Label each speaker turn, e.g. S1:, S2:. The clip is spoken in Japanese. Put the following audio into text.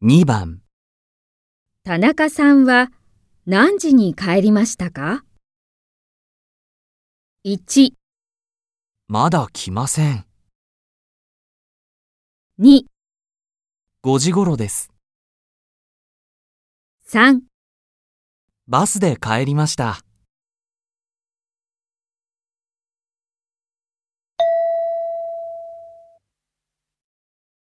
S1: 2番、
S2: 田中さんは何時に帰りましたか ?1、
S1: まだ来ません。
S2: 2、
S1: 5時頃です。
S2: 3
S1: バスで帰りました。